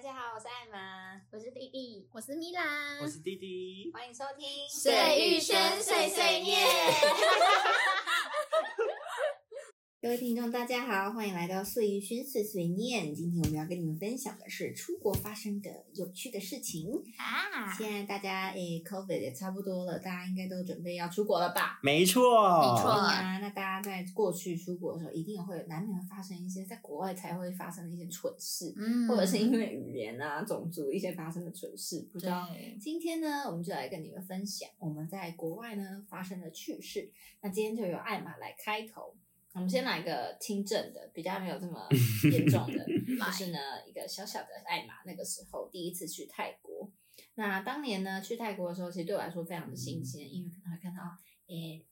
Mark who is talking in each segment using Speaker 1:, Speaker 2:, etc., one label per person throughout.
Speaker 1: 家，我是艾玛，
Speaker 2: 我是弟弟，
Speaker 3: 我是米拉，
Speaker 4: 我是弟弟，
Speaker 1: 欢迎收听《
Speaker 2: 水玉轩碎碎念》。
Speaker 5: 各位听众，大家好，欢迎来到碎玉轩碎碎念。今天我们要跟你们分享的是出国发生的有趣的事情。
Speaker 2: 啊，
Speaker 5: 现在大家诶，COVID 也差不多了，大家应该都准备要出国了吧？
Speaker 4: 没错，
Speaker 2: 没
Speaker 5: 对
Speaker 2: 错
Speaker 5: 啊，那大家在过去出国的时候，一定会有难免会发生一些在国外才会发生的一些蠢事，
Speaker 2: 嗯
Speaker 5: 或者是因为语言啊、种族一些发生的蠢事，不知道
Speaker 2: 对
Speaker 5: 今天呢，我们就来跟你们分享我们在国外呢发生的趣事。那今天就由艾玛来开头，我们先来一个听证的，比较没有这么严重的，就是呢一个小小的艾玛那个时候第一次去泰国。那当年呢去泰国的时候，其实对我来说非常的新鲜，因为可能会看到诶、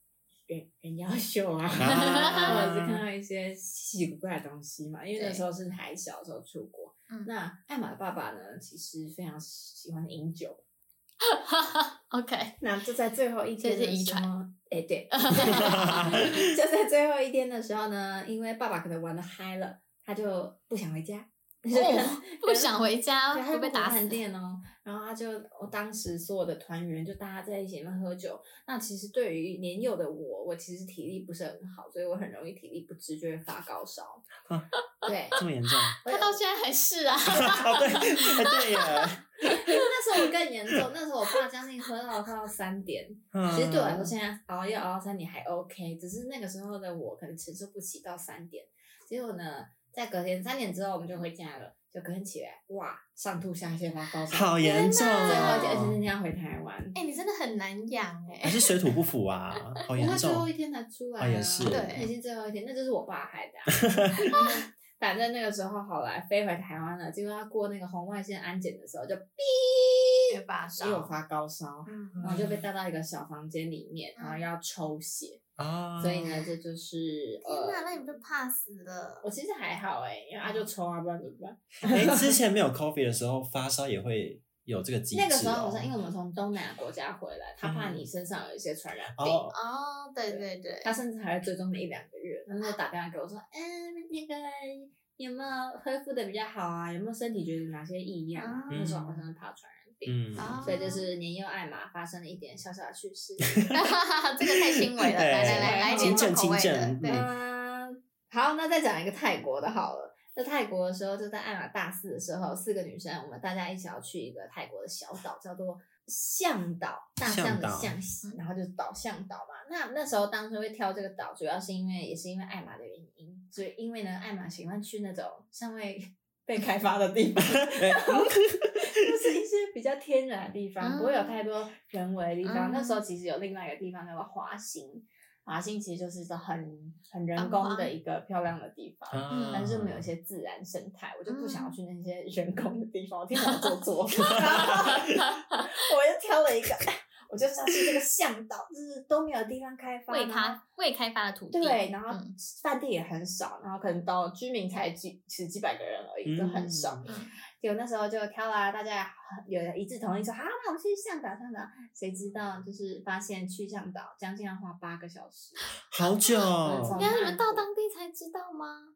Speaker 5: 人人妖秀啊， 或者是
Speaker 4: 啊
Speaker 5: 看到一些稀奇古怪的东西嘛。因为那时候是还小的时候出国，
Speaker 2: 嗯
Speaker 5: 那艾玛的爸爸呢，其实非常喜欢饮酒。
Speaker 2: OK，
Speaker 5: 那就在最后一天
Speaker 2: 这
Speaker 5: 的
Speaker 2: 是遗
Speaker 5: 时
Speaker 2: 传
Speaker 5: 候， 哎、对，就在最后一天的时候呢，因为爸爸可能玩的嗨了，他就不想回家，就跟
Speaker 2: 哦不想回家
Speaker 5: 对，他
Speaker 2: 会
Speaker 5: 就
Speaker 2: 被
Speaker 5: 不回
Speaker 2: 打死
Speaker 5: 饭。店哦。然后他就，我当时所有的团员就大家在一起面喝酒。那其实对于年幼的我，我其实体力不是很好，所以我很容易体力不支，就会发高烧。 对，
Speaker 4: 这么严重？
Speaker 2: 他到现在还是啊，
Speaker 4: 哦，对，哎 对呀，
Speaker 5: 因为那时候我更严重，那时候我爸将近喝到快到三点，
Speaker 4: 嗯
Speaker 5: 其实对我来说，现在熬夜熬到三点还 OK，只是那个时候的我可能承受不起到三点。结果呢，在隔天三点之后我们就回家了，就隔天起来，哇，上吐下泻发高烧，
Speaker 4: 好严重
Speaker 5: 最后而且而且那
Speaker 4: 哦，
Speaker 5: 天要回台湾，
Speaker 2: 哎，你真的很难养哎
Speaker 4: 还。是水土不服 啊，好
Speaker 5: 因
Speaker 4: 严
Speaker 5: 为他最后
Speaker 4: 重
Speaker 5: 一。天才出来、啊，
Speaker 4: 哦也是
Speaker 2: 对
Speaker 5: 那已经最后一天，那就是我爸害的啊、 嗯反正那个时候好来飞回台湾了，结果他过那个红外线安检的时候就哔，
Speaker 1: 学霸
Speaker 5: 因为我
Speaker 1: 少。
Speaker 5: 发高烧，
Speaker 1: 嗯，
Speaker 5: 然后就被带到一个小房间里面，
Speaker 4: 嗯
Speaker 5: 然后要抽血。
Speaker 4: 啊，
Speaker 5: 所以呢，这就是
Speaker 1: 天哪，
Speaker 5: 呃，
Speaker 1: 那你被怕死了
Speaker 5: 我。其实还好哎、因为
Speaker 4: 嗯
Speaker 5: 他就抽啊，不然怎么办？
Speaker 4: 哎，之前没有 COVID 的时候，发烧也会有这个机制哦。
Speaker 5: 那
Speaker 4: 嗯
Speaker 5: 个时候好像因为我们从东南亚国家回来，他怕你身上有一些传染病，
Speaker 4: 哦，
Speaker 1: 哦，对对 对，
Speaker 5: 他甚至还会追踪你一两个月。他那时候打电话给我说，嗯，那个有没有恢复的比较好啊？有没有身体觉得哪些异样啊？
Speaker 1: 嗯
Speaker 5: 那时候好像是怕传染病，
Speaker 4: 哦嗯，
Speaker 1: 哦
Speaker 5: 所以就是年幼艾玛发生了一点小小的趣事。
Speaker 1: 这个太轻微了，来来来来一点
Speaker 4: 清正
Speaker 1: 重口味
Speaker 4: 清
Speaker 1: 的
Speaker 4: 正，
Speaker 1: 对，
Speaker 5: 嗯，好，那再讲一个泰国的好了。在泰国的时候，就在艾玛大四的时候，四个女生，我们大家一起要去一个泰国的小岛，叫做象岛，大象的
Speaker 4: 象
Speaker 5: 象，然后就是岛象岛嘛。那那时候当时会挑这个岛，主要是因为也是因为艾玛的原因，所以因为呢，艾玛喜欢去那种尚未被开发的地方，
Speaker 4: 哎
Speaker 5: 就是一些比较天然的地方，不会有太多人为的地方。
Speaker 2: 嗯
Speaker 5: 那时候其实有另外一个地方叫做华兴，华兴其实就是一个很很人工的一个漂亮的地方，
Speaker 4: 啊
Speaker 5: 嗯但是我们有一些自然生态，我就不想要去那些人工的地方，我天天做作，我又挑了一个，我就是要去这个向导，就是都没有地方开发，
Speaker 2: 未开未开发的土地，
Speaker 5: 嗯对，然后
Speaker 2: 嗯
Speaker 5: 饭店也很少，然后可能到居民才几十几百个人而已，就很少。
Speaker 4: 嗯
Speaker 5: 结果那时候就挑啦，大家有一致同意说，好、那我们去向导向导。谁知道就是发现去向导将近要花八个小时，
Speaker 4: 好久哦
Speaker 5: 从
Speaker 2: 你看你们到当地才知道 吗？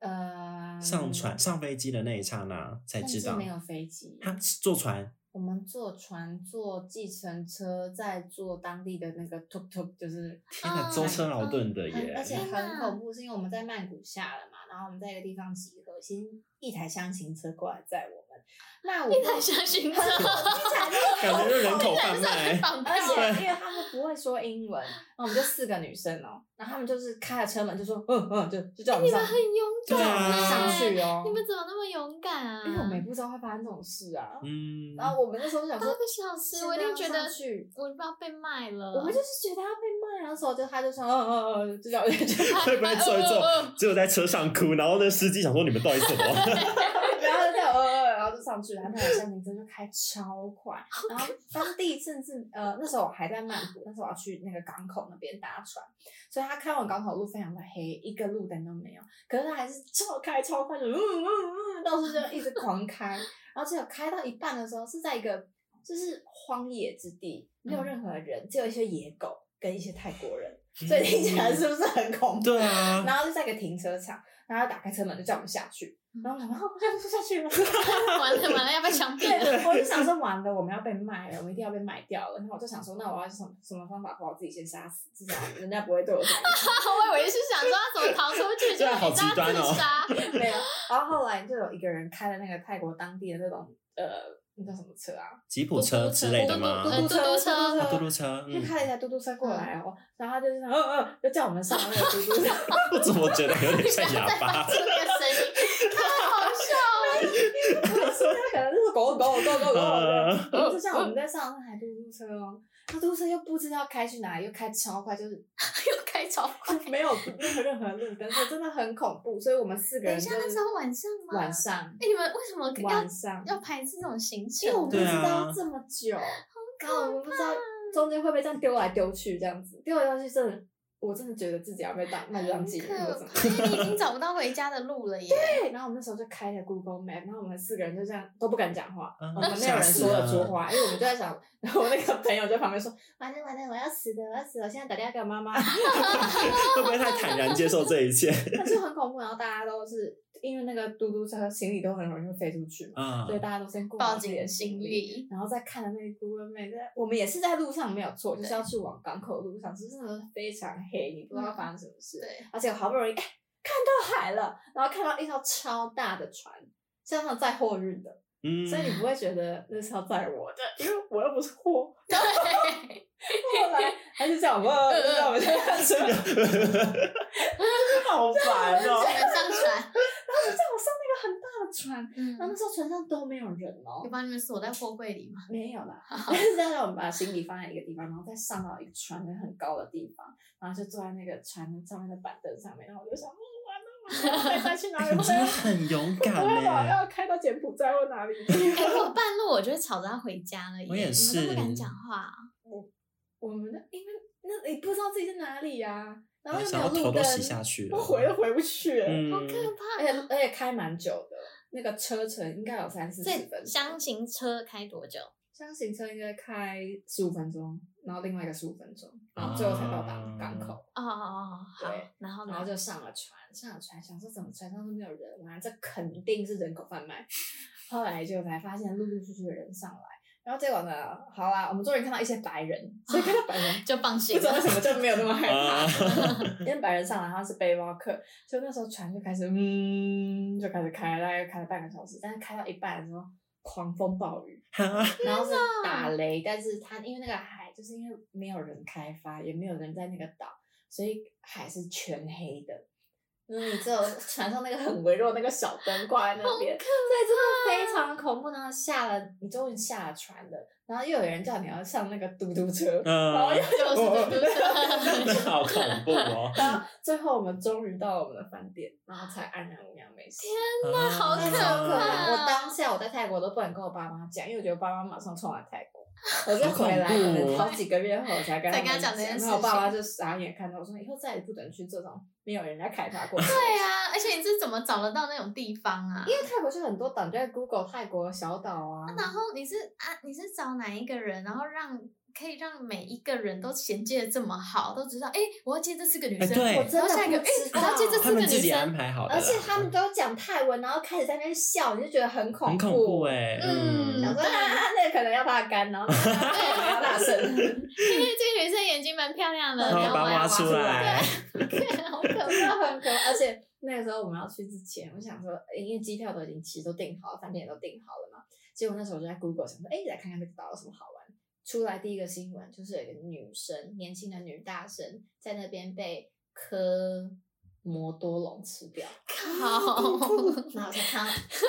Speaker 5: 呃
Speaker 4: 上船上飞机的那一刹那才
Speaker 5: 但
Speaker 4: 知
Speaker 5: 是
Speaker 4: 道
Speaker 5: 没，有飞机，
Speaker 4: 他坐船
Speaker 5: 我们坐船、坐计程车，再坐当地的那个 tuk tuk，就是啊
Speaker 4: 天哪，舟车劳顿的
Speaker 5: 很
Speaker 4: 耶
Speaker 5: 哦嗯而，且
Speaker 2: 天
Speaker 5: 很
Speaker 2: 哪
Speaker 5: 恐怖，是因为我们在曼谷下了嘛，然后我们在一个地方集合，先一台箱型车过来载我们。那我
Speaker 2: 一台小型 车，
Speaker 4: 感觉就人 口贩卖。
Speaker 2: 绑票
Speaker 5: 而且
Speaker 2: 啊，
Speaker 5: 因为他们不会说英文，然后我们就四个女生哦，然后他们就是开了车门就说嗯嗯，就就叫我
Speaker 2: 哎
Speaker 5: 们
Speaker 2: 你
Speaker 5: 上
Speaker 2: 们，很勇
Speaker 5: 就
Speaker 4: 对
Speaker 5: 叫我
Speaker 4: 啊
Speaker 5: 们
Speaker 2: 敢，
Speaker 5: 上去哦。
Speaker 2: 你们怎么那么勇敢啊？
Speaker 5: 因哎为我们也不知道会发生这种事啊。
Speaker 4: 嗯，
Speaker 5: 然后我们那时候就想
Speaker 2: 八
Speaker 5: 说
Speaker 2: 个，小时，
Speaker 5: 现
Speaker 2: 我一
Speaker 5: 在
Speaker 2: 定
Speaker 5: 要
Speaker 2: 觉得呃
Speaker 5: 上去
Speaker 2: 我不要被卖了。
Speaker 5: 我们就是觉得他被骂，然后时候就他就说嗯嗯嗯，就叫我就 叫我
Speaker 4: 会
Speaker 2: 哎
Speaker 4: 不会坐一坐，只有在车上哭，然后那司机想说你们到底怎
Speaker 5: 啊
Speaker 4: 么？
Speaker 5: 然后就叫我呃呃，然后就上去了，然后那台香槟真的开超快，然后当地甚至呃那时候我还在曼谷，那时候我要去那个港口那边搭船，所以他开往港口路非常的黑，一个路灯都没有，可是他还是超开超快，就嗯嗯嗯，到处就一直狂开，然后只有开到一半的时候是在一个就是荒野之地，没有任何人，只有一些野狗跟一些泰国人，所以听起来是不是很恐怖？
Speaker 4: 对啊，
Speaker 5: 然后就在一个停车场，然后打开车门就叫我们下去，然后我们想说，哦我下去下去了，
Speaker 2: 完了完了，要
Speaker 5: 我就想说，完了，我们要被卖了，我一定要被卖掉了。然后我就想说，那我要什么什么方法把我自己先杀死，至少人家不会对我怎么样。
Speaker 2: 我以为是想说他怎么逃出去，
Speaker 4: 这
Speaker 2: 结
Speaker 4: 样好
Speaker 2: 果被
Speaker 4: 极
Speaker 2: 他
Speaker 4: 端哦
Speaker 2: 自杀。
Speaker 5: 没有。然后后来就有一个人开了那个泰国当地的那种呃，那叫什么车啊？
Speaker 4: 吉普车之类的吗
Speaker 2: 嘟？
Speaker 5: 呃
Speaker 2: 嘟
Speaker 5: 嘟
Speaker 2: 嘟
Speaker 5: 车，
Speaker 2: 车
Speaker 4: 啊，嘟嘟车，
Speaker 5: 就
Speaker 4: 嗯，
Speaker 5: 开了一台嘟嘟车过来哦，然后他就是嗯嗯，就叫我们上那个嘟嘟车。
Speaker 4: 我怎么觉得有点
Speaker 1: 不
Speaker 4: 像
Speaker 1: 要
Speaker 4: 哑
Speaker 1: 再 发
Speaker 4: 巴？
Speaker 1: 出那个声音，太好笑
Speaker 5: 他可能就是狗狗狗狗狗
Speaker 4: 呃
Speaker 5: 的，然后就像我们在上那台嘟嘟车哦，那嘟嘟车又不知道开去哪里，又开超快，就是
Speaker 1: 了，又开超快。
Speaker 5: 没有任何任何路灯，所以真的很恐怖。所以我们四个
Speaker 1: 等
Speaker 5: 人
Speaker 1: 一下，
Speaker 5: 就
Speaker 1: 那
Speaker 5: 是
Speaker 1: 时候晚上吗？
Speaker 5: 晚。上
Speaker 1: 哎，你们为什么要
Speaker 5: 晚上，
Speaker 1: 要排这种行
Speaker 5: 因为我
Speaker 1: 程
Speaker 5: 们不
Speaker 1: 呢？
Speaker 4: 对
Speaker 5: 知
Speaker 4: 啊
Speaker 5: 道这么久，然后我们不知道中间会不会这样丢来丢去，这样子丢来丢去，真的，我真的觉得自己要被当麦当鸡人或
Speaker 1: 可
Speaker 5: 怎么样。
Speaker 1: 怕，你已经找不到回家的路了耶！
Speaker 5: 对，然后我们那时候就开了 Google Map，然后我们四个人就这样都不敢讲话，
Speaker 4: 啊
Speaker 5: 我们没有人说得出话，因为我们就在想， 然后我那个朋友就旁边说：“完了完了，我要死的，我要死了！”我现在打电话给我妈妈，
Speaker 4: 会不会太坦然接受这 一切？
Speaker 5: 但是很恐怖。然后大家都是因为那个嘟嘟车行李都很容易会飞出去嘛，
Speaker 4: 啊
Speaker 5: 所以大家都先顾好
Speaker 1: 报
Speaker 5: 自己
Speaker 1: 警
Speaker 5: 的
Speaker 1: 行
Speaker 5: 行李。
Speaker 1: 李，
Speaker 5: 然后再看了那个 Google Map，在我们也是在路上没有错，就是要去往港口的路上，只是那时候非常黑，你不知道发生什么事。
Speaker 1: 对，
Speaker 5: 而且我好不容易、哎看到海了，然后看到一条超大的船，像那种载货运的，
Speaker 4: 嗯，
Speaker 5: 所以你不会觉得那是要载我的， 因为我又不是货。
Speaker 1: 对，
Speaker 5: 后来他就叫我们，
Speaker 1: 嗯
Speaker 5: 让我们去看车，
Speaker 4: 好烦
Speaker 1: 只
Speaker 4: 哦。
Speaker 1: 能 上船。
Speaker 5: 就叫我上那个很大的船。
Speaker 1: 嗯
Speaker 5: 然后那时候船上都没有人哦
Speaker 1: 有，把你们锁在货柜里吗？
Speaker 5: 没有啦， 但是他让我们把行李放在一个地方，然后再上到一个船的很高的地方，然后就坐在那个船上面的板凳上面，然后我就想，嗯，完了完了，我要被带去哪里？
Speaker 4: 你
Speaker 5: 我
Speaker 4: 真的
Speaker 5: 要
Speaker 4: 很勇敢欸
Speaker 5: 我要
Speaker 4: 呢，
Speaker 5: 要开到柬埔寨或哪里？
Speaker 1: 哎、我半路我就会吵着要回家了耶，
Speaker 4: 我也
Speaker 1: 你们都
Speaker 4: 是
Speaker 1: 不敢讲话，
Speaker 5: 我们的因为那你不知道自己在哪里呀、然后又没
Speaker 4: 啊想
Speaker 5: 有
Speaker 4: 要头
Speaker 5: 路
Speaker 4: 都
Speaker 5: 灯，
Speaker 4: 洗下去了。
Speaker 5: 我回都回不去、欸
Speaker 4: 嗯
Speaker 1: 好可怕！
Speaker 5: 而且而且开蛮久的，那个车程应该有三四
Speaker 1: 所
Speaker 5: 十分
Speaker 1: 以
Speaker 5: 钟，
Speaker 1: 箱型车开多久？
Speaker 5: 箱型车应该开十五分钟，然后另外一个十五分钟，然后最后才到达
Speaker 4: 啊
Speaker 5: 港口。
Speaker 1: 哦哦哦，好
Speaker 5: 对，
Speaker 1: 然后
Speaker 5: 然后
Speaker 1: 呢？
Speaker 5: 就上了船，上了船，想说怎么船上都没有人玩，这肯定是人口贩卖。后来就才发现陆陆续续的人上来，然后结果呢，好啦，我们终于看到一些白人，所以看到白人
Speaker 1: 就放
Speaker 5: 不
Speaker 1: 心
Speaker 5: 知道
Speaker 1: 了
Speaker 5: 为。什么就没有那么害
Speaker 4: 啊
Speaker 5: 怕，因为白人上来他是背包客，所以那时候船就开始嗯就开始开，大概开了半个小时，但是开到一半的时候狂风暴雨，
Speaker 4: 哈
Speaker 5: 然后是打雷，但是它因为那个海就是因为没有人开发，也没有人在那个岛，所以海是全黑的。嗯，你只有船上那个很微弱的那个小灯挂在那边，所以真的非常恐怖。然后下了，你终于下了船了，然后又有人叫你要上那个嘟嘟车，然后
Speaker 4: 嗯
Speaker 5: 又，
Speaker 1: 就是嘟嘟车，
Speaker 4: 那好恐怖哦。
Speaker 5: 然后最后我们终于到了我们的饭店，然后才安然无恙没事。
Speaker 4: 那
Speaker 1: 好
Speaker 5: 真的
Speaker 1: 可
Speaker 5: 超可
Speaker 1: 怕
Speaker 4: 啊
Speaker 5: 怕！我当下我在泰国都不敢跟我爸妈讲，因为我觉得我爸妈马上冲来泰 国，我就回来
Speaker 4: 好恐怖哦
Speaker 5: 可能好几个月后才跟他
Speaker 1: 才
Speaker 5: 们
Speaker 1: 跟他讲
Speaker 5: 讲，
Speaker 1: 这件
Speaker 5: 然
Speaker 1: 事
Speaker 5: 后我爸
Speaker 1: 情
Speaker 5: 妈就傻眼看到我说，以后再也不准去这种没有人家开发过。
Speaker 1: 对啊，而且你是怎么找得到那种地方啊？
Speaker 5: 因为泰国就很多岛，你就在 Google 泰国小岛啊，
Speaker 1: 然后你是啊，你是找哪一个人，然后让可以让每一个人都衔接的这么好，都知道哎、我要接这四个女
Speaker 4: 哎
Speaker 1: 生，
Speaker 4: 对
Speaker 5: 我
Speaker 1: 然
Speaker 5: 真
Speaker 1: 后
Speaker 5: 的
Speaker 1: 下一个哎
Speaker 5: 不，知
Speaker 1: 我
Speaker 5: 道
Speaker 1: 要接这
Speaker 4: 他
Speaker 1: 四个
Speaker 4: 们
Speaker 1: 女
Speaker 4: 自己安
Speaker 1: 生，
Speaker 4: 排好的啦，
Speaker 5: 而且他们都讲泰文，然后开始在那边笑，你就觉得很恐
Speaker 4: 很恐怖哎，
Speaker 1: 嗯
Speaker 5: 想
Speaker 4: 嗯，
Speaker 5: 说啊，那可能要怕干，然后那 个可能要大声。
Speaker 1: 因为这个女生眼睛蛮漂亮的，
Speaker 4: 然后
Speaker 1: 然后
Speaker 4: 把
Speaker 1: 我
Speaker 4: 它
Speaker 1: 要
Speaker 4: 挖
Speaker 1: 挖
Speaker 4: 出来，
Speaker 1: 好可怕
Speaker 5: 真的很可怕。而且那个时候我们要去之前，我想说，诶因为机票都已经其实都订好了，饭店也都订好了嘛。结果那时候我就在 Google 想说，哎、来看看这个岛有什么好玩。出来第一个新闻就是有一个女生，年轻的女大生，在那边被科摩多龙吃掉， 然
Speaker 1: 好，
Speaker 5: 后我才看到，想说，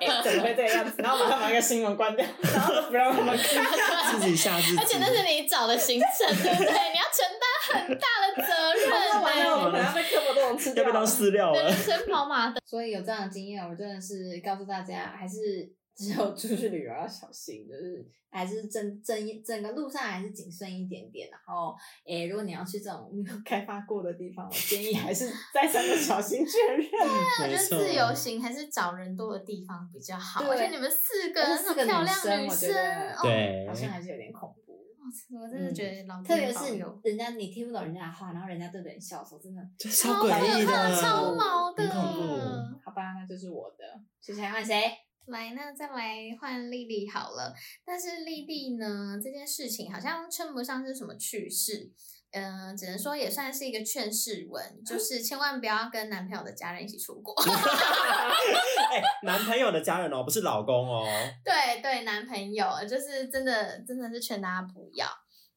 Speaker 5: 哎、怎么会这个样子？然后马上把那个新闻关掉，然后都不让他们看。
Speaker 4: 自己吓自己，
Speaker 1: 而且那是你找的行程，对不对？你要承担很大的责任、
Speaker 5: 然后完了，我们可能
Speaker 1: 欸。
Speaker 5: 要被科摩多龙吃掉
Speaker 4: 要
Speaker 5: 了。
Speaker 4: 被当饲料
Speaker 1: 你的
Speaker 4: 了
Speaker 1: 人。生跑马灯，
Speaker 5: 所以有这样的经验，我真的是告诉大家，还是 只有出去旅游要小心，就是还是整整整个路上还是谨慎一点点。然后，诶、如果你要去这种没有开发过的地方，我建议还 是再三的小心确认。
Speaker 1: 我觉
Speaker 4: 没
Speaker 1: 得
Speaker 4: 错
Speaker 1: 自由行还是找人多的地方比较好。
Speaker 5: 对
Speaker 1: 而且你们四个
Speaker 5: 而
Speaker 1: 啊那
Speaker 5: 且四
Speaker 1: 么
Speaker 5: 个
Speaker 1: 漂
Speaker 5: 女
Speaker 1: 亮
Speaker 5: 生
Speaker 1: 女
Speaker 5: 我觉得
Speaker 1: 哦
Speaker 4: 对
Speaker 5: 好像还是有点恐怖。
Speaker 1: 我真的觉得老
Speaker 5: 特别
Speaker 1: 天保
Speaker 5: 是
Speaker 1: 佑，
Speaker 5: 人家你听不懂人家的话，然后人家对着你笑的时候，真的
Speaker 4: 这
Speaker 1: 超
Speaker 4: 超
Speaker 1: 可
Speaker 4: 诡异
Speaker 1: 怕
Speaker 4: 的，
Speaker 1: 超毛的
Speaker 4: 很恐怖。
Speaker 5: 好吧，那就是我的。接下来换谁？
Speaker 1: 来，那再来换丽丽好了。但是丽丽呢，这件事情好像称不上是什么趣事，嗯、只能说也算是一个劝世文，就是千万不要跟男朋友的家人一起出国。
Speaker 4: 哎、男朋友的家人哦，不是老公哦。
Speaker 1: 对对，男朋友就是真的真的是劝大家不要，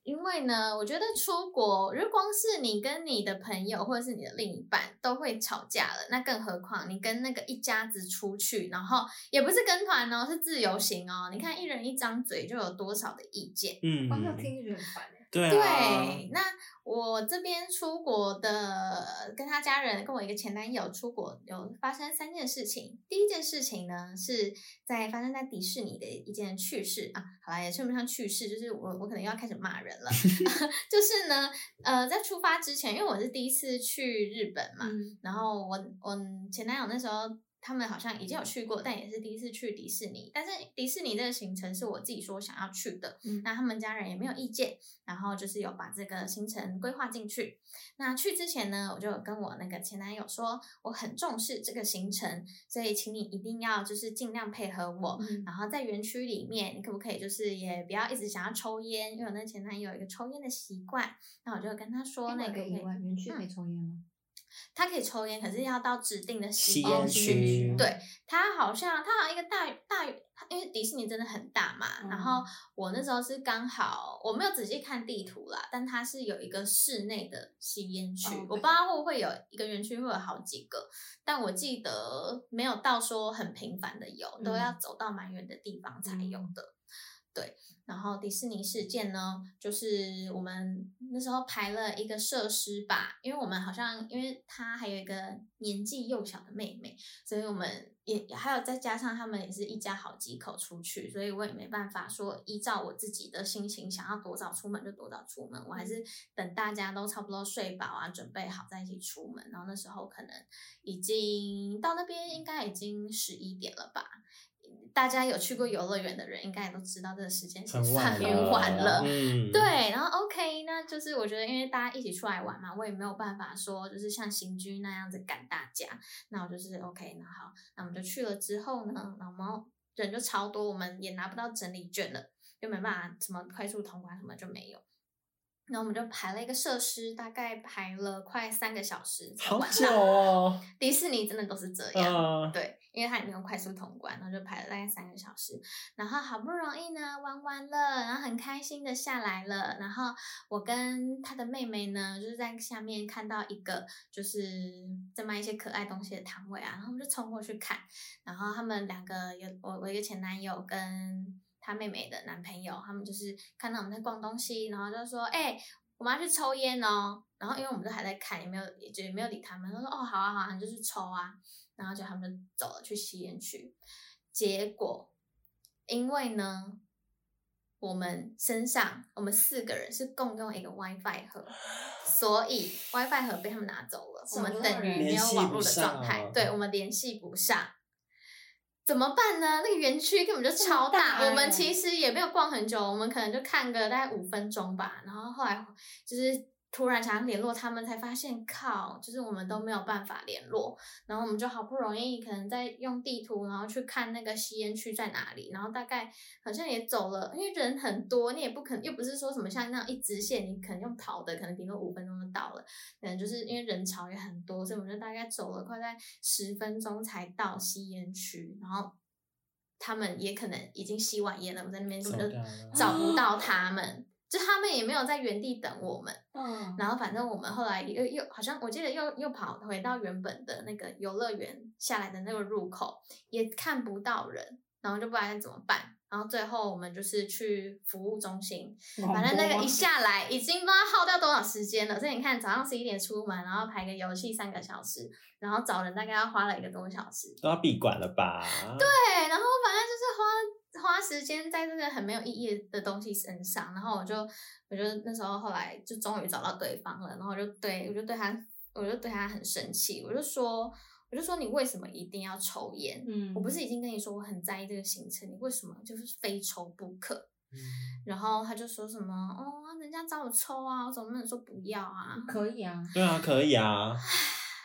Speaker 1: 因为呢，我觉得出国，如果光是你跟你的朋友或者是你的另一半都会吵架了，那更何况你跟那个一家子出去，然后也不是跟团哦，是自由行哦，你看一人一张嘴就有多少的意见。
Speaker 4: 嗯，
Speaker 5: 光要哦听就觉得很烦欸
Speaker 4: 对啊，
Speaker 1: 对，那我这边出国的，跟他家人，跟我一个前男友出国，有发生三件事情。第一件事情呢，是在发生在迪士尼的一件趣事啊，好啦，也称不上趣事，就是我我可能又要开始骂人了。 就是呢，呃，在出发之前，因为我是第一次去日本嘛，
Speaker 5: 嗯，
Speaker 1: 然后我我前男友那时候他们好像已经有去过，但也是第一次去迪士尼。但是迪士尼这个行程是我自己说想要去的，
Speaker 5: 嗯
Speaker 1: 那他们家人也没有意见，然后就是有把这个行程规划进去。那去之前呢，我就有跟我那个前男友说，我很重视这个行程，所以请你一定要就是尽量配合我，
Speaker 5: 嗯
Speaker 1: 然后在园区里面，你可不可以就是也不要一直想要抽烟，因为我那前男友有一个抽烟的习惯，那我就跟他说
Speaker 5: 那
Speaker 1: 那个
Speaker 5: 个
Speaker 1: 可以
Speaker 5: 以外，园区可以
Speaker 1: 嗯
Speaker 5: 抽烟吗？
Speaker 1: 他可以抽烟，可是要到指定的吸
Speaker 4: 吸
Speaker 5: 烟
Speaker 4: 烟
Speaker 1: 哦烟
Speaker 4: 区
Speaker 5: 区，
Speaker 1: 对他好像他好像一个大大，因为迪士尼真的很大嘛。然后我那时候是刚好我没有仔细看地图啦，但它是有一个室内的吸烟区，
Speaker 5: 哦
Speaker 1: 我不知道会不会有一个园区会有好几个，但我记得没有到说很频繁的有，都要走到蛮远的地方才有的。对，然后迪士尼事件呢，就是我们那时候排了一个设施吧，因为我们好像因为他还有一个年纪幼小的妹妹，所以我们也还有再加上他们也是一家好几口出去，所以我也没办法说依照我自己的心情想要多早出门就多早出门，我还是等大家都差不多睡饱啊，准备好再一起出门。然后那时候可能已经到那边应该已经十一点了吧。大家有去过游乐园的人，应该也都知道这个时间是
Speaker 4: 很晚
Speaker 1: 算很晚了。
Speaker 4: 嗯，
Speaker 1: 对，，然后 OK，那就是我觉得，因为大家一起出来玩嘛，我也没有办法说就是像行军那样子赶大家，那我就是 OK，那好，那我们就去了之后呢，然后人就超多，我们也拿不到整理券了，就没办法什么快速通关什么就没有。然后我们就排了一个设施，大概排了快三个小时才
Speaker 4: 好
Speaker 1: 玩
Speaker 4: 久
Speaker 1: 到。
Speaker 4: 哦，
Speaker 1: 迪士尼真的都是这样，
Speaker 4: 嗯，
Speaker 1: 对，啊因为他也没有快速通关，然后就排了大概三个小时，然后好不容易呢玩完了，然后很开心的下来了，然后我跟他的妹妹呢，就是在下面看到一个就是在卖一些可爱东西的摊位啊，然后我们就冲过去看，然后他们两个有我我一个前男友跟他妹妹的男朋友，他们就是看到我们在逛东西，然后就说：“哎、我们要去抽烟哦。”然后因为我们都还在看，也没有也就也没有理他们，他说：“哦，好啊好啊，你就去抽啊。”然后就他们就走了去吸烟区，结果因为呢。我们身上，我们四个人是共用一个 WiFi 盒，所以 WiFi 盒被他们拿走了，我
Speaker 5: 找
Speaker 1: 们
Speaker 5: 不到
Speaker 1: 等于
Speaker 5: 人
Speaker 1: 没
Speaker 4: 联
Speaker 1: 有
Speaker 4: 系
Speaker 1: 网
Speaker 4: 不
Speaker 1: 络的
Speaker 4: 上
Speaker 1: 状态
Speaker 4: 啊，
Speaker 1: 对我们联系不上。怎么办呢？那个园区根本就
Speaker 5: 这么
Speaker 1: 超大，
Speaker 5: 大
Speaker 1: 我
Speaker 5: 欸
Speaker 1: 们其实也没有逛很久，我们可能就看个大概五分钟吧。然后后来就是突然想要联络他们，才发现靠，就是我们都没有办法联络。然后我们就好不容易可能在用地图，然后去看那个吸烟区在哪里，然后大概好像也走了，因为人很多，你也不可能又不是说什么像那样一直线，你可能用跑的，可能顶多五分钟就到了。可能就是因为人潮也很多，所以我们就大概走了快在十分钟才到吸烟区，然后他们也可能已经吸完烟了，我们在那边根本
Speaker 4: 走
Speaker 1: 就
Speaker 4: 掉了
Speaker 1: 找不到他们，就他们也没有在原地等我们。
Speaker 5: 嗯，
Speaker 1: 然后反正我们后来又又好像我记得又又跑回到原本的那个游乐园下来的那个入口，也看不到人，然后就不知道该怎么办。然后最后我们就是去服务中心，反正那个一下来已经不知道耗掉多少时间了。所以你看，早上十一点出门，然后排个游戏三个小时，然后找人大概要花了一个多小时。
Speaker 4: 都要闭馆了吧？对，
Speaker 1: 对，然后反正就是花花时间在这个很没有意义的东西身上，然后我就我就那时候后来就终于找到对方了，然后我就对我就对他我就对他很生气，我就说我就说你为什么一定要抽烟？
Speaker 5: 嗯，
Speaker 1: 我不是已经跟你说我很在意这个行程，你为什么就是非抽不可？
Speaker 4: 嗯
Speaker 1: 然后他就说什么哦，人家找我抽啊，我怎么能说不要啊？
Speaker 5: 可以啊，
Speaker 4: 对啊，可以啊，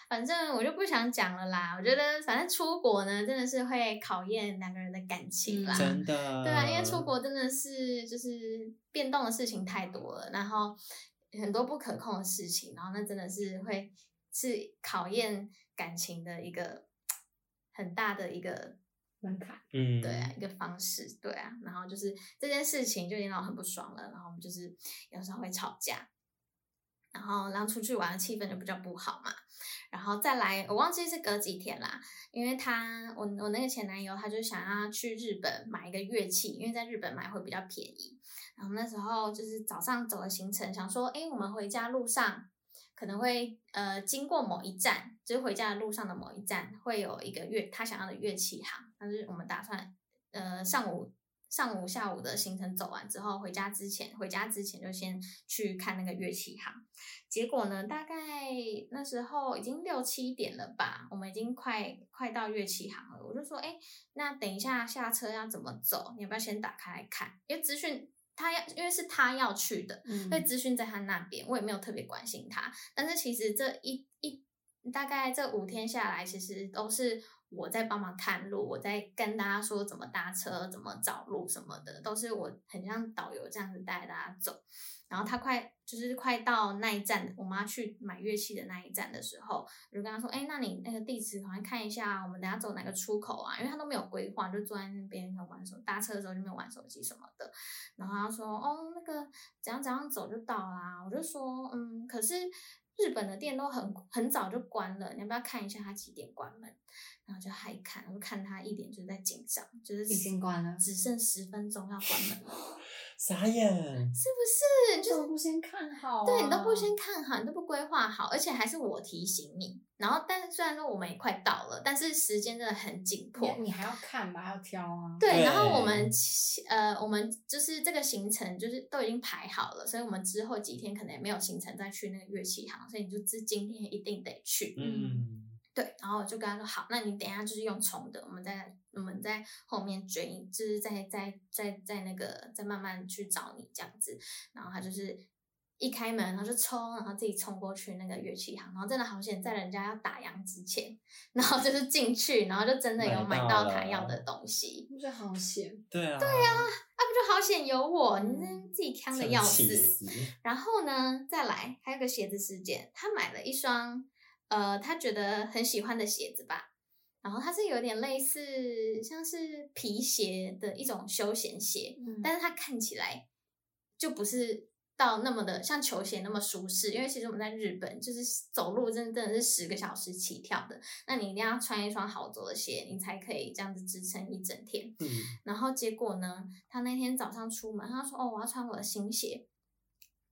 Speaker 1: 反正我就不想讲了啦。我觉得反正出国呢，真的是会考验两个人的感情啦。
Speaker 4: 嗯真的。
Speaker 1: 对啊，因为
Speaker 4: 嗯
Speaker 1: 出国真的是就是变动的事情太多了，然后很多不可控的事情，然后那真的是会是考验感情的一个很大的一个
Speaker 5: 门槛。
Speaker 4: 嗯，
Speaker 1: 对啊，一个方式，对啊，然后就是这件事情就已经让我很不爽了，然后我们就是有时候会吵架，然后让出去玩的气氛就比较不好嘛，然后再来，我忘记是隔几天啦，因为他我我那个前男友他就想要去日本买一个乐器，因为在日本买会比较便宜，然后那时候就是早上走的行程，想说，诶，我们回家路上。可能会呃经过某一站，就是回家的路上的某一站，会有一个乐他想要的乐器行，但是我们打算呃上午上午下午的行程走完之后，回家之前回家之前就先去看那个乐器行。结果呢，大概那时候已经六七点了吧，我们已经快快到乐器行了。我就说，哎，那等一下下车要怎么走？你要不要先打开来看？因为资讯他要，因为是他要去的，
Speaker 5: 嗯
Speaker 1: 所以资讯在他那边，我也没有特别关心他。但是其实这一一大概这五天下来，其实都是我在帮忙看路，我在跟大家说怎么搭车、怎么找路什么的，都是我很像导游这样子带大家走。然后他快就是快到那一站，我妈去买乐器的那一站的时候，我就跟他说：“哎、那你那个地址赶快看一下啊，我们等下走哪个出口啊？”因为他都没有规划，就坐在那边玩手，搭车的时候就没有玩手机什么的。然后他说：“哦，那个怎样怎样走就到啦。”我就说：“嗯，可是日本的店都很很早就关了，你要不要看一下它几点关门？”然后就还看，我就看他一脸就是在紧张，就是
Speaker 5: 已经关了
Speaker 1: 只剩十分钟要关门了，
Speaker 4: 傻眼，
Speaker 1: 是不是？
Speaker 5: 你
Speaker 1: 就是
Speaker 5: 怎么不先看好、啊？
Speaker 1: 对你都不先看好，你都不规划好，而且还是我提醒你。然后，但虽然说我们也快到了，但是时间真的很紧迫。
Speaker 5: 你，你还要看吧，还要挑啊。
Speaker 1: 对，
Speaker 4: 对
Speaker 1: 然后我们其呃，我们就是这个行程就是都已经排好了，所以我们之后几天可能也没有行程再去那个乐器行，所以你就知今天一定得去。
Speaker 4: 嗯，
Speaker 1: 对，然后我就跟他说好，那你等一下就是用冲的，我们在我们在后面追，就是在在在在那个再慢慢去找你这样子。然后他就是一开门，然后就冲，然后自己冲过去那个乐器行，然后真的好险，在人家要打烊之前，然后就是进去，然后就真的有买
Speaker 4: 买到
Speaker 1: 到他
Speaker 4: 了
Speaker 1: 要的东西。
Speaker 5: 我觉得好险，
Speaker 4: 对啊，对啊，
Speaker 1: 啊，不就好险有我，你真
Speaker 4: 嗯
Speaker 1: 自己呛的要死。
Speaker 4: 死，
Speaker 1: 然后呢，再来还有个鞋子事件，他买了一双呃他觉得很喜欢的鞋子吧，然后它是有点类似像是皮鞋的一种休闲鞋，
Speaker 5: 嗯
Speaker 1: 但是它看起来就不是到那么的像球鞋那么舒适，因为其实我们在日本就是走路真的真的是十个小时起跳的，那你一定要穿一双好走的鞋，你才可以这样子支撑一整天。
Speaker 4: 嗯
Speaker 1: 然后结果呢，他那天早上出门，他说：“哦，我要穿我的新鞋。”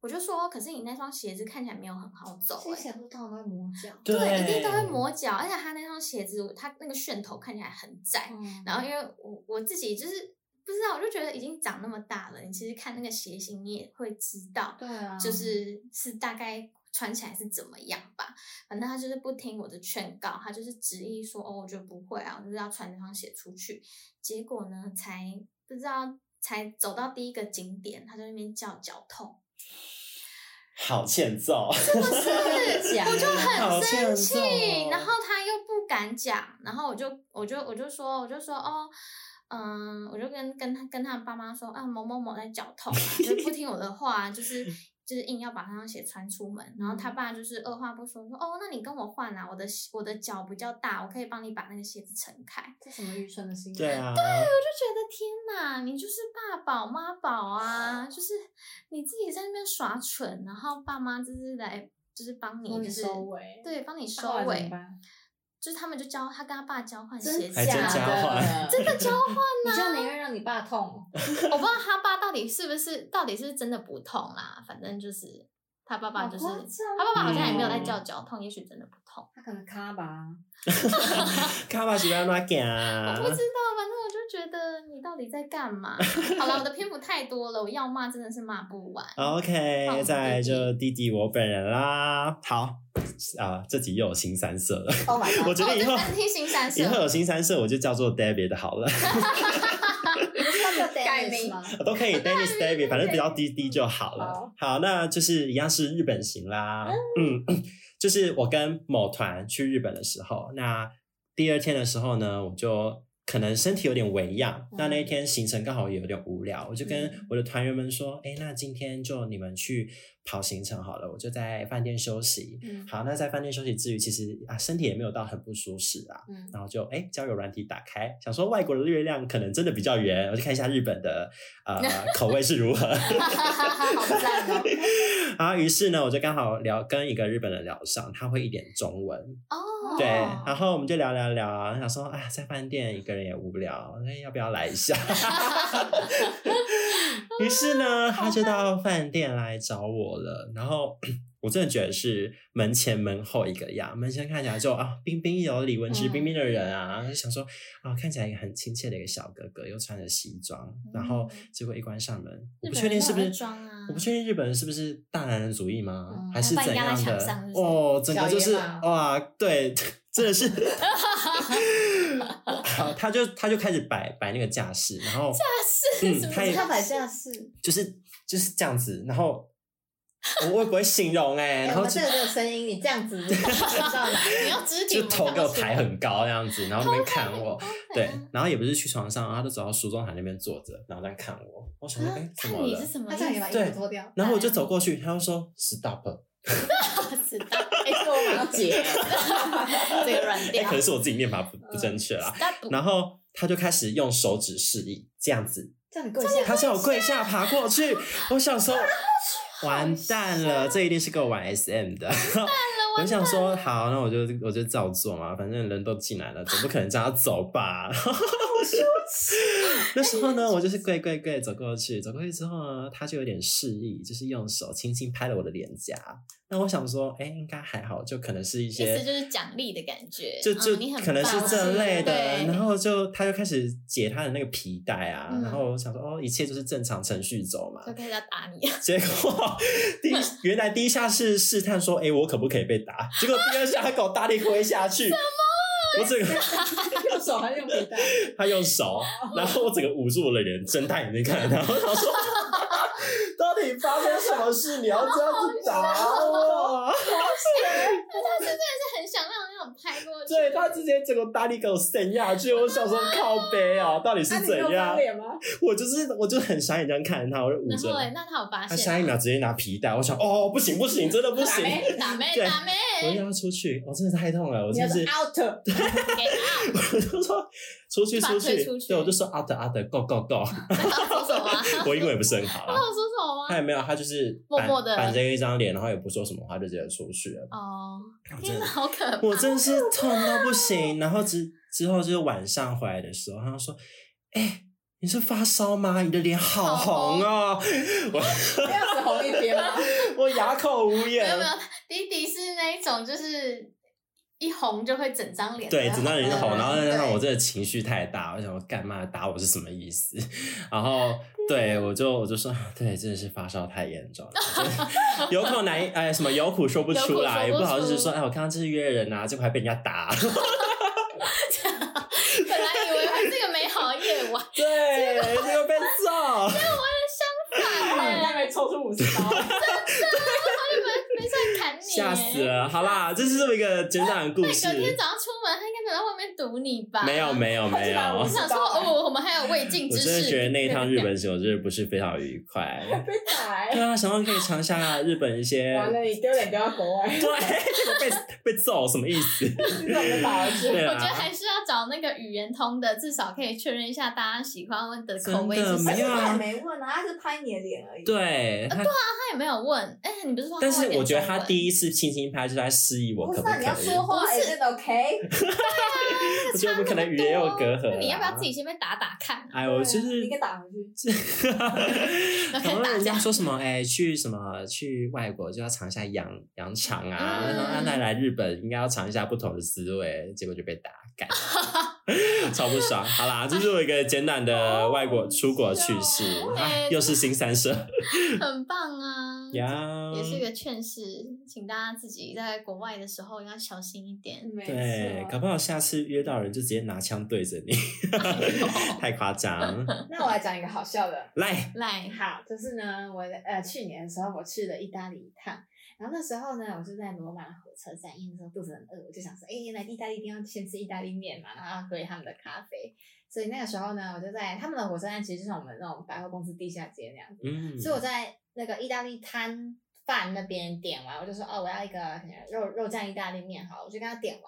Speaker 1: 我就说：“可是你那双鞋子看起来没有很好走、
Speaker 5: 新
Speaker 1: 欸。
Speaker 5: 鞋不通常都会磨脚。
Speaker 4: 对
Speaker 1: 对，一定都会磨脚，而且他那双鞋子，它那个楦头看起来很窄。
Speaker 5: 嗯
Speaker 1: 然后因为我我自己就是不知道，我就觉得已经长那么大了，你其实看那个鞋型，你也会知道，
Speaker 5: 对啊，
Speaker 1: 就是是大概穿起来是怎么样吧。反正他就是不听我的劝告，他就是执意说：“哦，我觉得不会啊，我就是要穿这双鞋出去。”结果呢，才不知道才走到第一个景点，他在那边叫脚痛，
Speaker 4: 好欠揍，
Speaker 1: 不是，我就
Speaker 4: 好
Speaker 1: 很生
Speaker 4: 欠
Speaker 1: 气
Speaker 4: 揍，
Speaker 1: 然
Speaker 5: 哦
Speaker 1: 后他又不敢讲，然后我就我就我就说我就说哦。嗯，我就跟跟他跟他爸妈说啊，某某某在脚痛啊，就不听我的 话，就是就是硬要把那双鞋穿出门。然后
Speaker 5: 嗯
Speaker 1: 他爸就是二话不说说哦，那你跟我换啊，我的我的脚比较大，我可以帮你把那个鞋子撑开。
Speaker 5: 这什么愚蠢的心理？
Speaker 4: 对啊，
Speaker 1: 就觉得天哪，你就是爸宝妈宝啊，就是你自己在那边耍蠢，然后爸妈就是来就是帮你
Speaker 5: 帮
Speaker 1: 就
Speaker 5: 你
Speaker 1: 是
Speaker 5: 收尾
Speaker 1: 对，帮你
Speaker 5: 那
Speaker 1: 收
Speaker 5: 后来怎么
Speaker 1: 尾
Speaker 5: 办，
Speaker 1: 就是他们就交他跟他爸交换鞋
Speaker 5: 真
Speaker 1: 子，啊
Speaker 4: 还真
Speaker 5: 假
Speaker 4: 交
Speaker 5: 的
Speaker 4: 换？
Speaker 5: 真的
Speaker 1: 交啊
Speaker 5: 换 呢？你这样宁愿让你爸痛？
Speaker 1: 我不知道他爸到底是不是到底是不是真的不痛啦，反正就是他爸爸就是
Speaker 5: 好夸张哦
Speaker 1: 他爸爸好像也没有
Speaker 4: 嗯
Speaker 1: 在叫脚痛，也许真的不痛。
Speaker 5: 他可能卡吧，
Speaker 4: 卡巴吉巴拉
Speaker 1: 我
Speaker 4: 干
Speaker 1: 不知道，反正我就觉得你到底在干 嘛？好了，我的篇幅太多了，我要骂真的是骂不完。
Speaker 4: 哦
Speaker 1: 放我
Speaker 4: ，OK，
Speaker 1: 们
Speaker 4: 再
Speaker 1: 弟
Speaker 4: 来
Speaker 1: 弟
Speaker 4: 就弟弟我本人啦，好啊，这集又有新三色了，
Speaker 5: Oh my
Speaker 4: 我
Speaker 5: god！
Speaker 4: 觉
Speaker 1: 哦
Speaker 4: 得以后
Speaker 1: 这三听新三色
Speaker 4: 以后有新三色我就叫做 David 好了。
Speaker 1: 改名
Speaker 5: 吗？
Speaker 4: 都可以，Dennis David，反正比较低低就好了。好，那就是一样是日本行啦。嗯， 就是我跟某团去日本的时候，那第二天的时候呢，我就可能身体有点微恙，那那一天行程刚好也有点无聊，我就跟
Speaker 5: 嗯
Speaker 4: 我的团员们说，哎、那今天就你们去跑行程好了，我就在饭店休息。
Speaker 5: 嗯
Speaker 4: 好，那在饭店休息之余，其实啊身体也没有到很不舒适啊，
Speaker 5: 嗯
Speaker 4: 然后就哎交友软体打开，想说外国的月亮可能真的比较圆，我就看一下日本的呃口味是如何。
Speaker 1: 好赞哦！
Speaker 4: 然后于是呢，我就刚好聊跟一个日本人聊上，他会一点中文，
Speaker 1: 哦，
Speaker 4: 对，然后我们就聊聊聊啊，想说啊，在饭店一个人也无聊，那要不要来一下？ 于是呢，他就到饭店来找我了。然后我真的觉得是门前门后一个样，门前看起来就啊彬彬有礼、文质彬彬的人
Speaker 1: 嗯
Speaker 4: 啊，就想说啊看起来也很亲切的一个小哥哥，又穿着西装，然后结果一关上门，
Speaker 1: 嗯日
Speaker 4: 我不
Speaker 1: 本
Speaker 4: 确定
Speaker 1: 人
Speaker 4: 是
Speaker 1: 都
Speaker 4: 不
Speaker 1: 很
Speaker 4: 是
Speaker 1: 会装啊
Speaker 4: 我不确定日本人是不是大男人主义吗？
Speaker 5: 嗯
Speaker 4: 还是
Speaker 1: 把你
Speaker 4: 怎
Speaker 1: 压在
Speaker 4: 样
Speaker 1: 墙
Speaker 4: 的
Speaker 1: 上是？不是
Speaker 4: 哦，整个就是
Speaker 5: 小野马
Speaker 4: 哇，对，真的是，好他就他就开始摆摆那个架势，然 后
Speaker 1: 是
Speaker 4: 嗯
Speaker 1: 什么
Speaker 4: 他也
Speaker 5: 他摆架势，
Speaker 4: 就是就是这样子，然后我我也不会形容哎、
Speaker 5: 哎
Speaker 4: 然
Speaker 5: 我
Speaker 4: 后
Speaker 5: 们
Speaker 4: 就
Speaker 5: 这个声音，你这样子，你到哪？
Speaker 1: 你要肢体
Speaker 4: 就
Speaker 1: 舞蹈
Speaker 4: 头给我
Speaker 1: 是吗
Speaker 4: 抬很高这样子，然后那边看我，对
Speaker 1: 啊，
Speaker 4: 然后也不是去床上，他就走到梳妆台那边坐着，然后在看我，我想说哎、怎
Speaker 1: 啊看
Speaker 4: 么
Speaker 1: 你是
Speaker 4: 了？
Speaker 1: 什么
Speaker 5: 啊他
Speaker 1: 意
Speaker 5: 叫你
Speaker 1: 思？
Speaker 5: 把衣服脱掉，
Speaker 4: 然后我就走过去，他就说 stop，
Speaker 1: 知道
Speaker 5: 哎，这个我马上解了，
Speaker 1: 这个软
Speaker 4: 哎、
Speaker 1: 调
Speaker 4: 可能。是我自己念法
Speaker 5: 嗯
Speaker 4: 不不正确啦，啊
Speaker 1: Stop
Speaker 4: 然后他就开始用手指示意，这样子，
Speaker 5: 叫你跪下，
Speaker 4: 他叫我跪下爬 过去。我想说，完蛋了，这一定是跟我玩 SM 的。 我想说，好，那我就我就照做嘛，反正人都进 来了，总不可能叫他走吧。 那时候
Speaker 1: 哎
Speaker 4: 呢，我就是跪跪跪走过去，走过去之后呢，他就有点示意，就是用手轻轻拍了我的脸颊。那我想说，哎、应该还好，就可能是一
Speaker 1: 意
Speaker 4: 些
Speaker 1: 思就是奖励的感觉，
Speaker 4: 就
Speaker 1: 嗯
Speaker 4: 就
Speaker 1: 你很
Speaker 4: 可能是
Speaker 1: 棒
Speaker 4: 这类的，
Speaker 1: 对
Speaker 4: 然后就他就开始解他的那个皮带啊，
Speaker 1: 嗯
Speaker 4: 然后我想说哦，一切就是正常程序走嘛
Speaker 1: 就。开始要打你，
Speaker 4: 结果第一原来第一下是试探说，哎、我可不可以被打？结果第二下他给我大力挥下去，什么？我整个
Speaker 5: 用手还是用皮带？
Speaker 4: 他用手，然后我整个捂住我的脸，睁大眼睛看他，然后他说。 到底发生什么事？你要这样子打我？啊
Speaker 1: 是很想让那种拍过去，
Speaker 4: 对他直接整个大力给我扇下去，我想说靠背啊，到底是
Speaker 5: 那你
Speaker 4: 怎
Speaker 5: 没有
Speaker 4: 样
Speaker 5: 翻？脸吗？
Speaker 4: 我就是我就是很傻眼这样看着他，我就捂
Speaker 1: 然
Speaker 4: 着
Speaker 1: 后。哎，那他有发
Speaker 4: 他
Speaker 1: 现，
Speaker 4: 下一秒直接拿皮带，我想哦不行不行，真的不行，
Speaker 5: 打
Speaker 4: 我
Speaker 1: 打妹
Speaker 4: 对
Speaker 1: 打妹，
Speaker 4: 就让他出去，我真的是太痛了，我
Speaker 5: 你
Speaker 4: 真
Speaker 5: 要
Speaker 4: 的
Speaker 5: 是
Speaker 4: 是
Speaker 5: out，
Speaker 1: 给他
Speaker 4: 我就说出去
Speaker 1: 把
Speaker 4: 出
Speaker 1: 推
Speaker 4: 去
Speaker 1: 出，去
Speaker 4: 对我就说 out out go go go，
Speaker 1: 那他说什么啊？
Speaker 4: 我英文也不是很好
Speaker 1: 他有
Speaker 4: 啦，
Speaker 1: 说什么啊
Speaker 4: 他也
Speaker 1: 吗？
Speaker 4: 没有，他就是
Speaker 1: 哦默
Speaker 4: 板
Speaker 1: 默地
Speaker 4: 板着一张脸，然后也不说什么话，就直接出去了。
Speaker 1: 哦，
Speaker 4: 我真
Speaker 1: 天
Speaker 4: 的
Speaker 1: 哪，好可怕！
Speaker 4: 我真是痛到不行。然后之之后就是晚上回来的时候，他就说：“哎、你是发烧吗？你的脸好
Speaker 1: 好
Speaker 4: 红
Speaker 1: 红
Speaker 4: 哦！”
Speaker 5: 不要只红一边吗？
Speaker 4: 我我哑口无言
Speaker 1: 没。有没有，迪迪是那一种就是一红就会整张脸，
Speaker 4: 对，整张脸就红，
Speaker 5: 嗯
Speaker 4: 然后再加上
Speaker 5: 对
Speaker 4: 我这个情绪太大，我想我干嘛打我是什么意思？然后对我就我就说，对，真的是发烧太严重了，就是 有口难哎什么有苦说不
Speaker 1: 有苦
Speaker 4: 出
Speaker 1: 说
Speaker 4: 来，也
Speaker 1: 不
Speaker 4: 不好意思
Speaker 1: 出
Speaker 4: 说，哎，我刚刚就是约人啊，结果还被人家打，
Speaker 1: 本来以为还是个美好的夜晚，
Speaker 4: 对，结果被揍。
Speaker 5: 大概抽出五十刀，
Speaker 1: 没没事砍你，欸
Speaker 4: 吓死！了！好啦，这是这么一个简短的故
Speaker 1: 那你
Speaker 4: 事
Speaker 1: 隔。天早上出门，他应该没有在外面堵你吧？
Speaker 4: 没有，没有，没
Speaker 5: 他是
Speaker 4: 有。
Speaker 5: 把
Speaker 1: 我
Speaker 4: 我
Speaker 1: 想说哦，我们还有未尽之事。
Speaker 4: 真的觉得那一 趟日本行，我真的不是非常愉快。
Speaker 5: 被打
Speaker 4: 对
Speaker 5: 欸。
Speaker 4: 啊，想要可以尝一下日本一些。
Speaker 5: 完了，你丢脸丢到国外，
Speaker 4: 对，这个 被被揍什么意思？
Speaker 5: 你怎么打回去？
Speaker 4: 对
Speaker 1: 我觉得
Speaker 4: 啊，
Speaker 1: 还是要找那个语言通的，至少可以确认一下大家喜欢的口味
Speaker 4: 真
Speaker 1: 是
Speaker 4: 的
Speaker 1: 什
Speaker 4: 没
Speaker 1: 么
Speaker 4: 有。啊
Speaker 5: 哎
Speaker 3: 他也没问啊，他是拍你的脸而已。，
Speaker 4: 对
Speaker 1: 呃
Speaker 4: 他，
Speaker 1: 他也没有问，哎，你不是说他
Speaker 4: 但是
Speaker 1: 会
Speaker 4: 我觉
Speaker 1: 点
Speaker 4: 得
Speaker 1: 中
Speaker 4: 他
Speaker 1: 文
Speaker 4: 第一次轻轻拍就是在示意我
Speaker 3: 不
Speaker 4: 可
Speaker 3: 是
Speaker 4: 可
Speaker 3: 啊，你要
Speaker 4: 以。
Speaker 3: 说话
Speaker 1: 不是
Speaker 3: 也真的 OK。
Speaker 4: 我觉得我们可能语言有隔阂。
Speaker 1: 啊
Speaker 4: 啊
Speaker 1: 那你要不要自己？先被打打看啊？
Speaker 4: 哎，我就
Speaker 3: 对啊
Speaker 4: 是
Speaker 3: 你给打回去。
Speaker 4: 然后
Speaker 1: 打架
Speaker 4: 人家说什么哎，去什么去外国就要尝一下洋洋肠啊，
Speaker 1: 嗯
Speaker 4: 然后那来日本应该要尝一下不同的滋味，结果就被打 干，超不爽。好啦，这是我一个简短的外国出国趣事，
Speaker 1: 哦
Speaker 4: 哎，又是新三社
Speaker 1: 很棒啊！
Speaker 4: 呀，
Speaker 1: 也是一个劝世，请大家自己在国外的时候要小心一点。
Speaker 5: 没哦
Speaker 4: 对，
Speaker 5: 错
Speaker 4: 搞不好下次约到人就直接拿枪对着你， 太夸张。
Speaker 1: 哦
Speaker 5: 那我来讲一个好笑的。
Speaker 4: 来，
Speaker 1: 来，
Speaker 5: 好，就是呢，我呃去年的时候我去了意大利一趟，然后那时候呢，我就在罗马的火车站，因为那时候肚子很饿，我就想说，哎、来意大利一定要先吃意大利面嘛，然后喝他们的咖啡。所以那个时候呢，我就在他们的火车站，其实就像我们那种百货公司地下街那样子。
Speaker 4: 嗯，
Speaker 5: 所以我在那个意大利摊贩那边点完，我就说哦，我要一个可能肉肉酱意大利面，好，我就跟他点完。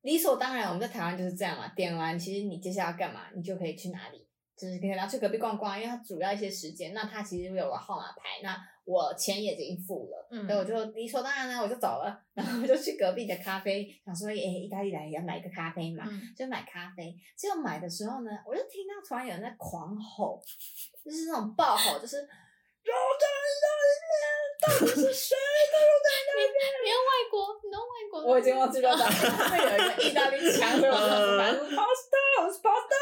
Speaker 5: 理所当然，我们在台湾就是这样嘛。点完，其实你接下来要干嘛，你就可以去哪里，就是可能要去隔壁逛逛，因为它主要一些时间。那他其实有我号码牌，那我钱也已经付了，
Speaker 1: 嗯
Speaker 5: 所以我就理所当然呢，我就走了，然后我就去隔壁的咖啡，想说，诶、意大利来也要买一个咖啡嘛，
Speaker 1: 嗯
Speaker 5: 就买咖啡。结果买的时候呢，我就听到突然有人在狂吼，就是那种暴吼，就是肉蛋肉面，到底是谁的肉蛋肉面？
Speaker 2: 你用外国，你用外国，
Speaker 5: 我已经忘记嗯肉蛋， 会有一个意大利腔，所以我就反正 pasta pasta，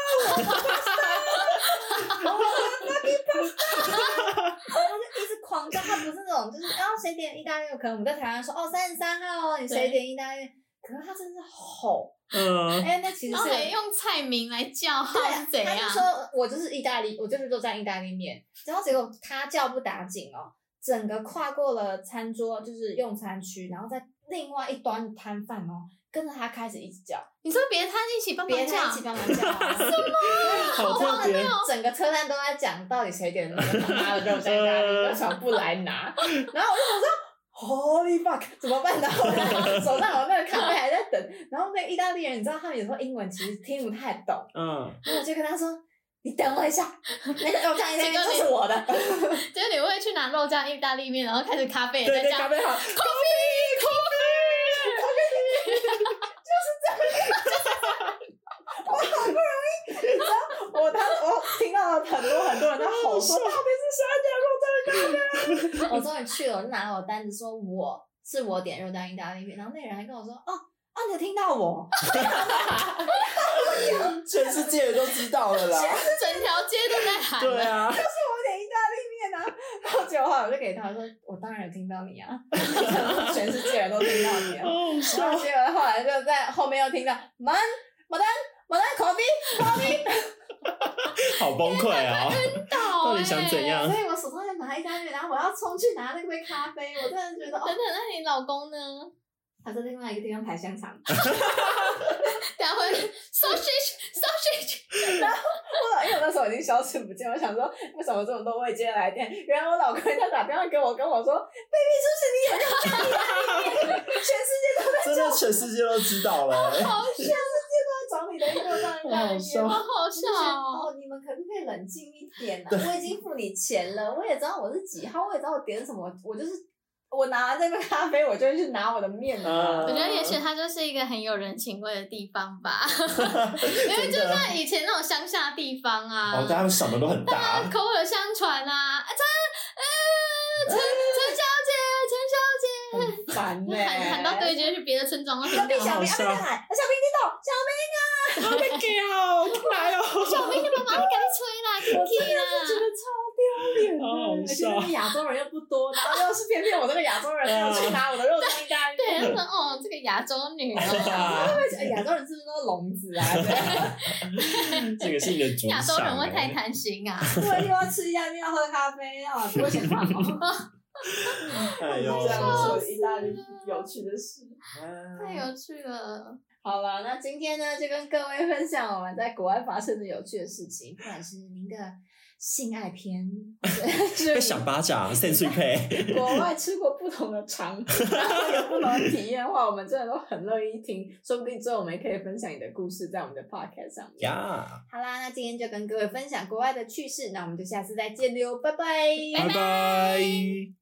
Speaker 5: 我 就一直狂叫，他不是那种就是哦谁点意大利面，可能我们在台湾说哦三十三号哦，你谁点意大利面？可是他真的是吼，
Speaker 4: 嗯，
Speaker 5: 哎、那其实
Speaker 1: 然后
Speaker 5: 是
Speaker 1: 还用菜名来叫号
Speaker 5: 对，啊
Speaker 1: 是怎样
Speaker 5: 他就？说我就是意大利，我就是肉蘸意大利面。然后结果他叫不打紧哦，整个跨过了餐桌，就是用餐区，然后在另外一端的摊贩哦，跟着他开始一直叫，
Speaker 1: 你说别的摊一起帮忙
Speaker 5: 别
Speaker 1: 叫
Speaker 5: 他一起帮忙叫、 啊，什么？
Speaker 1: 哎
Speaker 4: 好特别，
Speaker 5: 整个车站都在讲到底谁点的那个他妈的肉蘸意大利面，为什么不来拿？
Speaker 4: 呃
Speaker 5: 然后我就想说。Holy fuck！怎么办呢？然后我就手上有那个咖啡还在等，然后那个意大利人，你知道他们有时候英文其实听不太懂，
Speaker 4: 嗯，
Speaker 5: 然后我就跟他说：“你等我一下，那个肉 酱意大利面就是我的。
Speaker 1: 就是你会去拿肉酱意大利面，然后开始咖啡也
Speaker 4: 对
Speaker 1: 在
Speaker 4: 对，
Speaker 1: 叫
Speaker 4: 咖啡好，
Speaker 5: 我当时我听到了很多很多人在吼说：“到底是谁点肉酱意大利 面？”我终于去了，我就拿了我单子说：“我是我点肉酱意大利面。”然后那个人还跟我说：“哦。”啊！你有听到我？
Speaker 4: 全世界都知道 了啦，
Speaker 1: 整条街都在喊。
Speaker 4: 对 啊，
Speaker 5: 我点意大利面啊！ 然后结果后来我就给他说：“我当然有听到你啊， 全世界人都听到你啊。”
Speaker 4: 哦，是
Speaker 5: 然后结果后来就在后面又听到，man，牡丹，牡丹 coffee coffee，
Speaker 4: 好崩溃啊！
Speaker 1: 到欸
Speaker 4: 到底想怎 样
Speaker 5: 所以我手上就拿一张面，然后我要冲去拿那杯咖啡，我真的觉得
Speaker 1: 等
Speaker 5: 哦，
Speaker 1: 等，那你老公呢？
Speaker 5: 他在另外一个地方排香肠，
Speaker 1: 等下会 sausage sausage，
Speaker 5: 因 为我那时候已经消失不见，我想说为什么这么多未接来电？原来我老公在打电话给我，跟我说，baby，是不是你有没有看意大利面？ 全世界都在
Speaker 4: 真的全世界都知道了、欸，
Speaker 1: 好笑，
Speaker 5: 找你的一个让
Speaker 4: 哇好
Speaker 5: 你
Speaker 4: 笑
Speaker 1: 好好
Speaker 5: 我就觉得
Speaker 1: 笑哦。
Speaker 5: 哦，你们可不可以冷静一点呢、我已经付你钱了，我也知道我是几号，我也知道我点什么，我就是我拿完这杯咖啡，我就会去拿我的面了
Speaker 4: 嗯
Speaker 1: 我觉
Speaker 5: 嘛。
Speaker 1: 得也许它就是一个很有人情味的地方吧，因为
Speaker 4: 真
Speaker 1: 就
Speaker 4: 的。
Speaker 1: 像以前那种乡下地方啊，
Speaker 4: 哦，他们什么都很大，
Speaker 1: 口耳相传啊，啊 陈呃陈陈小姐，
Speaker 5: 很烦
Speaker 1: 陈小姐，喊喊到对街去别的村庄都听
Speaker 5: 隔壁
Speaker 1: 到。
Speaker 5: 小明阿在喊，小明你懂，小明
Speaker 4: 好给哦，来
Speaker 1: 小
Speaker 4: 哦，
Speaker 1: 明，你妈妈你赶 快吹啦，听听
Speaker 5: 觉
Speaker 1: 啦。
Speaker 5: 得超丢脸的，
Speaker 4: 好好
Speaker 5: 而且
Speaker 4: 笑
Speaker 5: 那个亚洲人又不多，然后又是偏偏我这个亚洲人要去拿我的肉酱意大利
Speaker 1: 对，
Speaker 5: 面。
Speaker 1: 他说哦，这个亚洲 女哦，
Speaker 5: 会不会觉得亚洲人是不是都聋子啊？
Speaker 4: 这个是你的主场、欸，
Speaker 1: 亚洲人会太贪心啊。
Speaker 5: 对，又要吃意大利面，要喝咖啡，啊，不会嫌胖哦。
Speaker 4: 哎呦，
Speaker 3: 这样是意大利有趣的事。
Speaker 1: 太有趣了，
Speaker 5: 好了，那今天呢，就跟各位分享我们在国外发生的有趣的事情，不管是您的性爱篇，或者 是
Speaker 4: 被赏巴掌，三岁配，
Speaker 5: 国外吃过不同的肠，然后有不同的体验的话，我们真的都很乐意听。说不定之后我们也可以分享你的故事在我们的 podcast 上面。
Speaker 4: 呀，
Speaker 5: 好啦，那今天就跟各位分享国外的趣事，那我们就下次再见喽，拜拜。
Speaker 4: 拜拜。